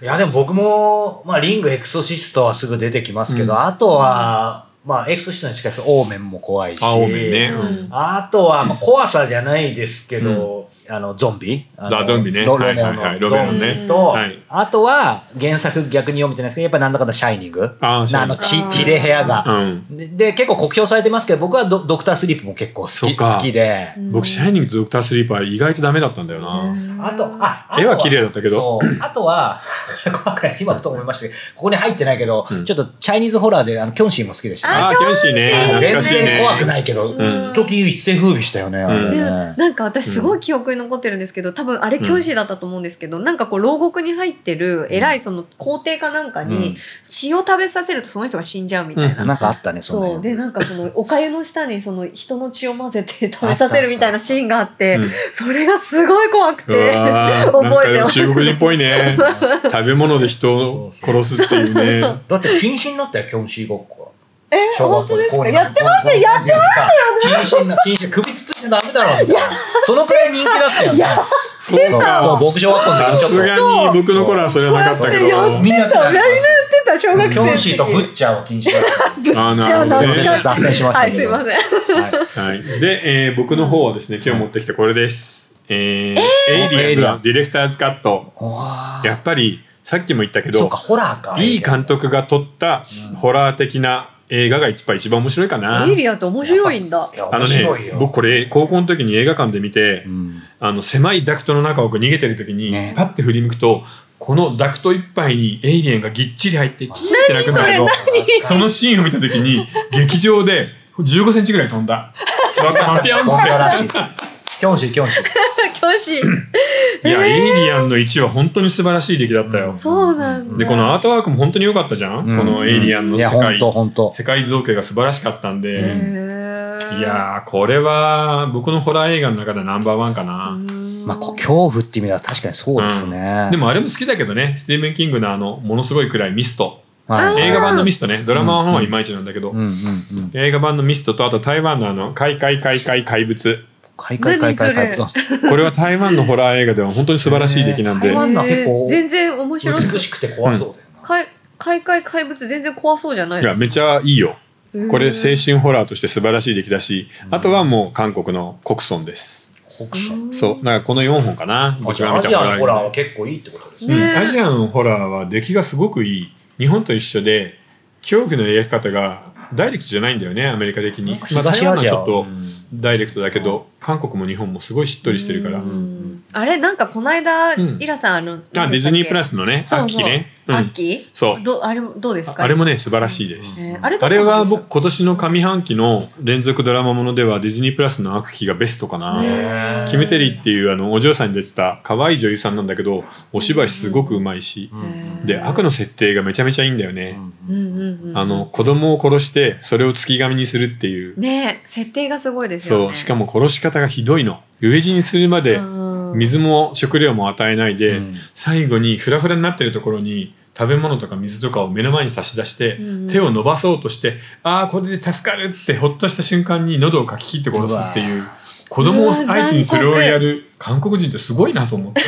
[SPEAKER 3] やでも僕も、まあ、リングエクソシストはすぐ出てきますけど、
[SPEAKER 1] うん
[SPEAKER 3] あとは、まあ、エクソシストに近いですオーメンも怖いし
[SPEAKER 1] あ、オーメンね。
[SPEAKER 2] う
[SPEAKER 1] うんん
[SPEAKER 3] あとは、まあ、怖さじゃないですけど、あのゾンビあの
[SPEAKER 1] あゾンビね
[SPEAKER 3] ロ
[SPEAKER 1] は
[SPEAKER 3] ロ
[SPEAKER 1] い
[SPEAKER 3] メオ
[SPEAKER 1] はいは
[SPEAKER 3] の
[SPEAKER 1] いロ
[SPEAKER 3] ゾ
[SPEAKER 1] メオ
[SPEAKER 3] ン
[SPEAKER 1] の
[SPEAKER 2] ね
[SPEAKER 3] ビと、
[SPEAKER 1] はい
[SPEAKER 3] あとは原作逆に読めてないですけどやっぱなんだかんだ「シャイニング」
[SPEAKER 1] あーシャ
[SPEAKER 3] あ
[SPEAKER 1] イニ
[SPEAKER 3] の
[SPEAKER 1] ング
[SPEAKER 3] 血血で部屋が、
[SPEAKER 1] うん。
[SPEAKER 3] でで結構酷評されてますけど僕はド「ドクター・スリープ」も結構好
[SPEAKER 1] そ
[SPEAKER 3] き
[SPEAKER 1] うか
[SPEAKER 3] 好きで。
[SPEAKER 1] 僕、シャイニングとドクタースリーパー意外とダメだったんだよな。
[SPEAKER 3] あと、あ、あと
[SPEAKER 1] 絵は綺麗だったけど。
[SPEAKER 3] そう。あとは、 怖くないです。今ふと思いましたけど、ここに入ってないけど、
[SPEAKER 1] うん
[SPEAKER 3] ちょっとチャイニーズホラーで、あの、キョンシーも好きでしたね。
[SPEAKER 1] あー、キョンシーね。
[SPEAKER 2] あ
[SPEAKER 1] 懐
[SPEAKER 3] 全
[SPEAKER 1] かしい
[SPEAKER 3] 然怖く
[SPEAKER 1] ね。
[SPEAKER 3] ないけど、
[SPEAKER 2] うん
[SPEAKER 3] 時一世風靡したよね、あれ
[SPEAKER 1] うん
[SPEAKER 2] ね
[SPEAKER 3] ね。
[SPEAKER 2] なんか私すごい記憶に残ってるんですけど、多分あれ教師だったと思うんですけど、なんかこう牢獄に入ってる偉いその皇帝かなんか
[SPEAKER 3] うん
[SPEAKER 2] に血を食べさせるとその人が死んじゃうみたいな、
[SPEAKER 1] うん
[SPEAKER 3] なんかあったね、そ
[SPEAKER 2] そ
[SPEAKER 3] の
[SPEAKER 2] うでなんかそのお粥の下にその人の血を混ぜて食べさせるみたいなシーンがあって、
[SPEAKER 1] うん
[SPEAKER 2] それがすごい怖く
[SPEAKER 1] う
[SPEAKER 2] て
[SPEAKER 1] わー
[SPEAKER 2] 覚え
[SPEAKER 1] な
[SPEAKER 2] て
[SPEAKER 1] ん
[SPEAKER 2] ま
[SPEAKER 1] か
[SPEAKER 2] す
[SPEAKER 1] 中国人っぽいね。食べ物で人を殺すっていうね。
[SPEAKER 3] だって禁止になったよ、キョンシーごっこ
[SPEAKER 2] え
[SPEAKER 3] は。
[SPEAKER 2] 本当です
[SPEAKER 3] 高
[SPEAKER 2] か
[SPEAKER 3] 二
[SPEAKER 2] やってました
[SPEAKER 3] 高二
[SPEAKER 2] や
[SPEAKER 3] 高二禁止な、禁止、首つついちゃダメだろ、みたいな。そのくらい人気だったよね。
[SPEAKER 1] そう
[SPEAKER 3] そう、
[SPEAKER 1] か。
[SPEAKER 3] 僕小学校の
[SPEAKER 1] さ
[SPEAKER 3] 時ちょっ
[SPEAKER 1] すがに僕の頃はそれはなかったけど。
[SPEAKER 2] やっ
[SPEAKER 3] みんなやって
[SPEAKER 2] た
[SPEAKER 3] た
[SPEAKER 2] みんなやってた小学生
[SPEAKER 3] と、
[SPEAKER 2] の
[SPEAKER 3] キョンシ
[SPEAKER 2] 時
[SPEAKER 3] ーとブッチャーを禁止だった。
[SPEAKER 1] あー
[SPEAKER 2] じゃあ
[SPEAKER 1] なるほど
[SPEAKER 2] 懐
[SPEAKER 1] ね
[SPEAKER 2] かしい
[SPEAKER 3] 脱線しました
[SPEAKER 2] は
[SPEAKER 3] け
[SPEAKER 2] い
[SPEAKER 3] ど
[SPEAKER 2] すいません
[SPEAKER 3] は
[SPEAKER 1] は
[SPEAKER 3] い
[SPEAKER 1] い、で、えー僕の方はですね今日持ってきたこれです、えーエイリアンのディレクターズカット
[SPEAKER 3] おー
[SPEAKER 1] やっぱりさっきも言ったけ
[SPEAKER 3] そう
[SPEAKER 1] ど
[SPEAKER 3] か、ホラーか。
[SPEAKER 1] いい監督が撮ったホラー的な映画が一番一番面白いかな
[SPEAKER 2] エイリアンって面白いんだ
[SPEAKER 3] いや、
[SPEAKER 1] あ
[SPEAKER 3] 面
[SPEAKER 1] の
[SPEAKER 3] 白い
[SPEAKER 1] ね
[SPEAKER 3] よ。
[SPEAKER 1] 僕これ高校の時に映画館で見て、
[SPEAKER 3] うん
[SPEAKER 1] あの狭いダクトの中をこう逃げてる時に、
[SPEAKER 3] ね
[SPEAKER 1] パッて振り向くとこのダクト一杯にエイリアンがぎっちり入ってキーってなくなるのそのシーンを見た時に劇場で15センチぐらい飛ん だ座ったままピャン
[SPEAKER 3] 本当らしい
[SPEAKER 1] っ
[SPEAKER 3] ですキョンシーキョンシー
[SPEAKER 2] 教師。
[SPEAKER 1] ていやエイリアンの1は本当に素晴らしい出来だったよ、
[SPEAKER 2] そうなんだ。
[SPEAKER 1] でこのアートワークも本当に良かったじゃん、 このエイリアンの世
[SPEAKER 3] いや本
[SPEAKER 1] 界
[SPEAKER 3] 当本当
[SPEAKER 1] 世界造形が素晴らしかったんで、
[SPEAKER 3] う
[SPEAKER 2] へー
[SPEAKER 1] いやーこれは僕のホラー映画の中でナンバーワンかな、
[SPEAKER 3] まあこ恐怖って意味では確かにそうですね、
[SPEAKER 1] でもあれも好きだけどねスティーブン・キングのあのものすごい暗いミスト
[SPEAKER 3] はい、
[SPEAKER 1] 映画版のミストねドラマの方はいまいちなんだけど、
[SPEAKER 3] うんうんうん
[SPEAKER 1] 映画版のミストとあと台湾のあの「怪怪怪怪怪物
[SPEAKER 3] 買い買い買い買い買い
[SPEAKER 2] 何」
[SPEAKER 1] これは台湾のホラー映画では本当に素晴らしい出来なんで、
[SPEAKER 3] へー
[SPEAKER 2] へー全然面白い。
[SPEAKER 3] しくて怖そうだよな、
[SPEAKER 2] かい 怪怪怪物全然怖そうじゃない
[SPEAKER 1] いや
[SPEAKER 2] です
[SPEAKER 1] めちゃいいよ
[SPEAKER 2] へー
[SPEAKER 1] これ青春ホラーとして素晴らしい出来だし、
[SPEAKER 3] うん
[SPEAKER 1] あとはもう韓国のコクソンです、
[SPEAKER 3] 北斎
[SPEAKER 1] そうだからこの4本かな
[SPEAKER 3] あ
[SPEAKER 1] 僕
[SPEAKER 3] じゃ
[SPEAKER 1] が
[SPEAKER 3] あ
[SPEAKER 1] 見
[SPEAKER 3] ア
[SPEAKER 1] た
[SPEAKER 3] ジアのホ
[SPEAKER 1] ホ
[SPEAKER 3] ラー
[SPEAKER 1] ラー
[SPEAKER 3] は結構いいってことですね
[SPEAKER 1] う
[SPEAKER 2] ね
[SPEAKER 1] ん、アジアのホラーは出来がすごくいい日本と一緒で恐怖の描き方がダイレクトじゃないんだよねアメリカ的に、まあ、台
[SPEAKER 3] 東
[SPEAKER 1] 湾は
[SPEAKER 3] アジ
[SPEAKER 1] ち
[SPEAKER 3] ア
[SPEAKER 1] ょっ
[SPEAKER 3] は
[SPEAKER 1] と
[SPEAKER 3] うん
[SPEAKER 1] ダイレクトだけど韓国も日本もすごいしっとりしてるから、
[SPEAKER 2] う
[SPEAKER 1] あ
[SPEAKER 2] んあれなんかこの間、
[SPEAKER 1] うん
[SPEAKER 2] イラさんあの
[SPEAKER 1] ディズニープラ
[SPEAKER 2] ス
[SPEAKER 1] スのね
[SPEAKER 2] そうそう
[SPEAKER 1] 秋ね、うん、
[SPEAKER 2] 秋、
[SPEAKER 1] そう
[SPEAKER 2] どあれもどうですか
[SPEAKER 1] あれもね素晴らしいです、
[SPEAKER 2] えーあれどこ
[SPEAKER 1] あれは
[SPEAKER 2] なんでし
[SPEAKER 1] 僕今年の上半期の連続ドラマものではディズニープラスの悪期がベストかな、
[SPEAKER 2] ね
[SPEAKER 3] へー
[SPEAKER 1] キムテリっていうあのお嬢さんに出てた可愛い女優さんなんだけどお芝居すごくうまいし
[SPEAKER 3] う、
[SPEAKER 2] ん
[SPEAKER 3] ん
[SPEAKER 1] で悪の設定がめちゃめちゃいいんだよ
[SPEAKER 3] う
[SPEAKER 1] ね、
[SPEAKER 3] ん
[SPEAKER 2] たっけうんうんうん
[SPEAKER 1] あの子供を殺してそれを月神にするっていう、
[SPEAKER 2] ねえ設定がすごいですよね
[SPEAKER 1] そうしかも殺し方がひどいの飢え死にするまで
[SPEAKER 2] うん
[SPEAKER 1] 水も食料も与えないで、
[SPEAKER 3] うん
[SPEAKER 1] 最後にフラフラになってるところに食べ物とか水とかを目の前に差し出して、
[SPEAKER 2] うん
[SPEAKER 1] 手を伸ばそうとしてああこれで助かるってほっとした瞬間に喉をかき切って殺すっていう子供を相手にそれをやる韓国人ってすごいなと思って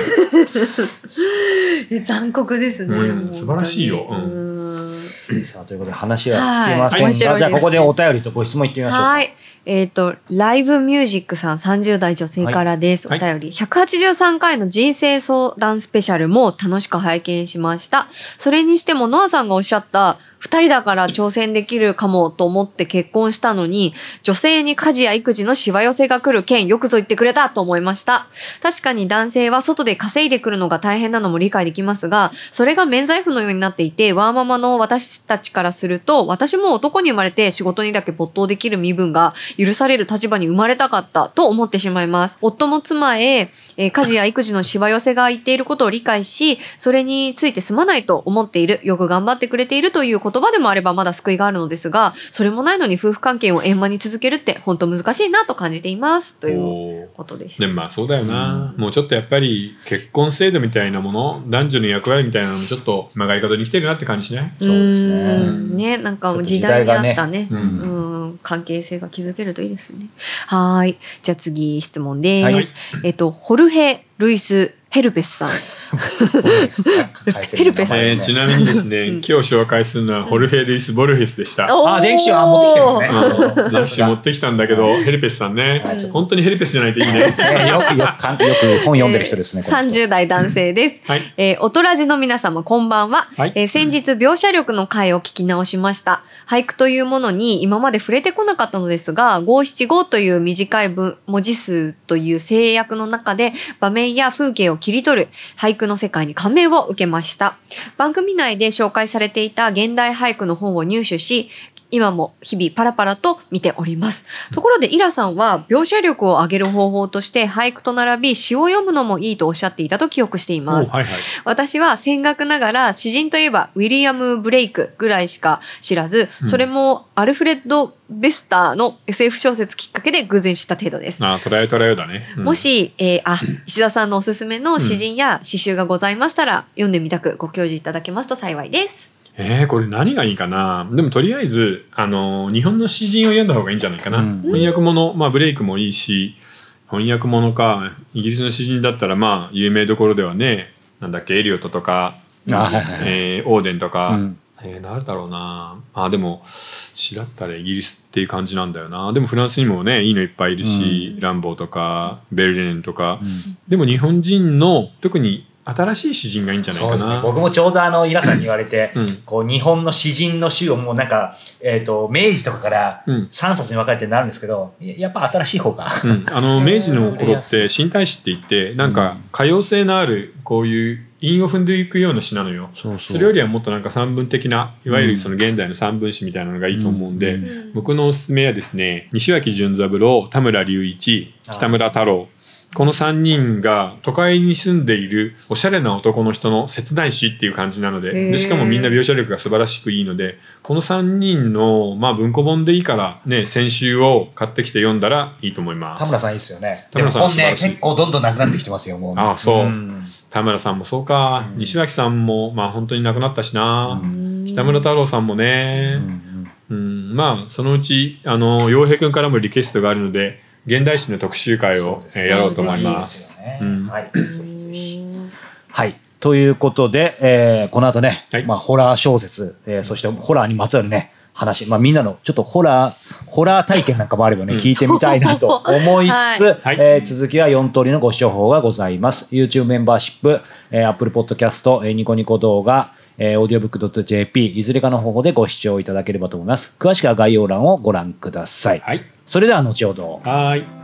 [SPEAKER 2] え 残酷ですね、
[SPEAKER 1] うん
[SPEAKER 2] もう
[SPEAKER 1] 素晴らしいようん
[SPEAKER 2] うん
[SPEAKER 3] さあということで話は尽きませんが、
[SPEAKER 2] はい面白いです
[SPEAKER 3] じゃあここでお便りとご質問いってみましょうか
[SPEAKER 2] はい。えっ、と、ライブミュージックさん30代女性からです。
[SPEAKER 1] はい
[SPEAKER 2] お便り。183回の人生相談スペシャルも楽しく拝見しました。それにしても、ノアさんがおっしゃった、二人だから挑戦できるかもと思って結婚したのに、女性に家事や育児のしわ寄せが来る件、よくぞ言ってくれたと思いました。確かに男性は外で稼いでくるのが大変なのも理解できますが、それが免罪符のようになっていて、ワーママの私たちからすると、私も男に生まれて仕事にだけ没頭できる身分が許される立場に生まれたかったと思ってしまいます。夫も妻へ、えー家事や育児のしわ寄せがいっていることを理解し、それについてすまないと思っている、よく頑張ってくれているという言葉でもあればまだ救いがあるのですが、それもないのに夫婦関係を円満に続けるって本当難しいなと感じています。という
[SPEAKER 1] おー
[SPEAKER 2] ことです。
[SPEAKER 1] でもまあそうだよな、もうちょっとやっぱり結婚制度みたいなもの男女の役割みたいなのもちょっと曲がり角に来てるなって感じしない
[SPEAKER 3] そうですね
[SPEAKER 2] うんね、なんかもう時代に合ったね、
[SPEAKER 1] ちょっと時代がね
[SPEAKER 2] う、
[SPEAKER 1] うん
[SPEAKER 2] 関係性が築けるといいですよね。はーい、じゃあ次質問です。
[SPEAKER 3] はい
[SPEAKER 2] えっとホルヘルイスヘルペスさん。 ヘルペス
[SPEAKER 1] えーちなみにですね、
[SPEAKER 2] うん
[SPEAKER 1] 今日紹介するのはホルヘ・ルイス・ボルフェスでした。
[SPEAKER 2] おー
[SPEAKER 3] あ電気師は持ってきてるん ですね
[SPEAKER 1] うん雑誌持ってきたんだけど、ヘルペスさんね
[SPEAKER 3] はいちょっ、と
[SPEAKER 1] 本当にヘルペスじゃないといいね。
[SPEAKER 3] ねよくよくかんよく本読んでる人ですね、
[SPEAKER 2] えー30代男性です。
[SPEAKER 1] はい。
[SPEAKER 2] えー、おとらじの皆様、こんばんは。
[SPEAKER 1] はい
[SPEAKER 2] えー先日、描写力の回を聞き直しました。俳句というものに今まで触れてこなかったのですが、五七五という短い文文字数という制約の中で、場面や風景を切り取る俳句の世界に感銘を受けました。番組内で紹介されていた現代俳句の本を入手し、今も日々パラパラと見ております。ところで、イラさんは描写力を上げる方法として俳句と並び詩を読むのもいいとおっしゃっていたと記憶してい
[SPEAKER 1] おは
[SPEAKER 2] ま
[SPEAKER 1] い
[SPEAKER 2] す。
[SPEAKER 1] はい。
[SPEAKER 2] 私は戦学ながら詩人といえばウィリアム・ブレイクぐらいしか知らず、
[SPEAKER 1] うん
[SPEAKER 2] それもアルフレッド・ベスターの SF 小説きっかけで偶然知った程度です。
[SPEAKER 1] あー、トライトライだね。うん
[SPEAKER 2] も、し、えー あ、石田さんのおすすめの詩人や詩集がございましたら、読んでみたくご教示いただけますと幸いです。
[SPEAKER 1] えー、これ何がいいかな。でもとりあえず、あのー、日本の詩人を読んだ方がいいんじゃないかな。
[SPEAKER 3] うん
[SPEAKER 1] 翻訳物、まあブレイクもいいし、翻訳物か、イギリスの詩人だったら、まあ有名どころではね、なんだっけ、エリオットとか、
[SPEAKER 3] あはいはい
[SPEAKER 1] えーオーデンとか、
[SPEAKER 3] うん
[SPEAKER 1] えー、誰だろうなあでも知らったらイギリスっていう感じなんだよなでもフランスにもねいいのいっぱいいるし、ランボーとかベルレンとか、でも日本人の特に新しい詩人がいいんじゃない
[SPEAKER 3] そう
[SPEAKER 1] か
[SPEAKER 3] ですね
[SPEAKER 1] な
[SPEAKER 3] 僕もちょうどあのイラさんに言われて、
[SPEAKER 1] うん
[SPEAKER 3] こう日本の詩人の詩をもうなんか、えー、と明治とかから
[SPEAKER 1] うん
[SPEAKER 3] 3冊に分かれてなるんですけどややっぱ新しい方が、
[SPEAKER 1] うん、あの明治の頃って新体詩って言ってなんか可用性のあるこういう韻を踏んでいくような詩なのよ。
[SPEAKER 4] そう
[SPEAKER 1] そ
[SPEAKER 4] そう。
[SPEAKER 1] れよりはもっとなんか三文的ないわゆるその現代の三文詩みたいなのがいいと思うんで、
[SPEAKER 4] うん
[SPEAKER 2] うん
[SPEAKER 1] 僕のおすすめはですね西脇潤三郎田村隆一北村太郎この3人が都会に住んでいるおしゃれな男の人の切ない詩っていう感じなので
[SPEAKER 2] へ
[SPEAKER 1] で
[SPEAKER 2] ー
[SPEAKER 1] しかもみんな描写力が素晴らしくいいのでこの3人の、まあ、文庫本でいいから、ね、先週を買ってきて読んだらいいと思います
[SPEAKER 3] 田村さんいいっすよね。
[SPEAKER 1] 田村さん
[SPEAKER 3] でも本
[SPEAKER 1] 素晴
[SPEAKER 3] ね
[SPEAKER 1] らしい
[SPEAKER 3] 結構どんどんなくなってきてますよもう。
[SPEAKER 1] ああそう
[SPEAKER 3] うん
[SPEAKER 1] 田村さんもそうか、
[SPEAKER 3] うん
[SPEAKER 1] 西脇さんも、まあ、本当に亡くなったしな、
[SPEAKER 2] うん
[SPEAKER 1] 北村太郎さんもね、
[SPEAKER 3] うん
[SPEAKER 1] うん、まあそのうちあの洋平くんからもリクエストがあるので現代史の特集会
[SPEAKER 3] そ
[SPEAKER 1] を
[SPEAKER 3] う、です
[SPEAKER 1] え
[SPEAKER 3] ね
[SPEAKER 1] ーやろうと思います。
[SPEAKER 3] そうで
[SPEAKER 1] う
[SPEAKER 3] よね
[SPEAKER 1] ん
[SPEAKER 3] はい。
[SPEAKER 2] うん
[SPEAKER 3] はい。ということで、えーこの後ね、
[SPEAKER 1] はい
[SPEAKER 3] まあ、ホラー小説、えーそしてホラーにまつわるね、話、まあ、みんなのちょっとホラー、ホラー体験なんかもあればね、
[SPEAKER 1] うん
[SPEAKER 3] 聞いてみたい なと思いつつ、
[SPEAKER 1] はい
[SPEAKER 3] えー続きは4通りのご視聴法がございます。YouTube メンバーシップ、えー Apple Podcast、えーニコニコ動画、えー、audiobook.jp、いずれかの方法でご視聴いただければと思います。詳しくは概要欄をご覧ください。
[SPEAKER 1] はい、
[SPEAKER 3] それでは後ほど。
[SPEAKER 1] はーい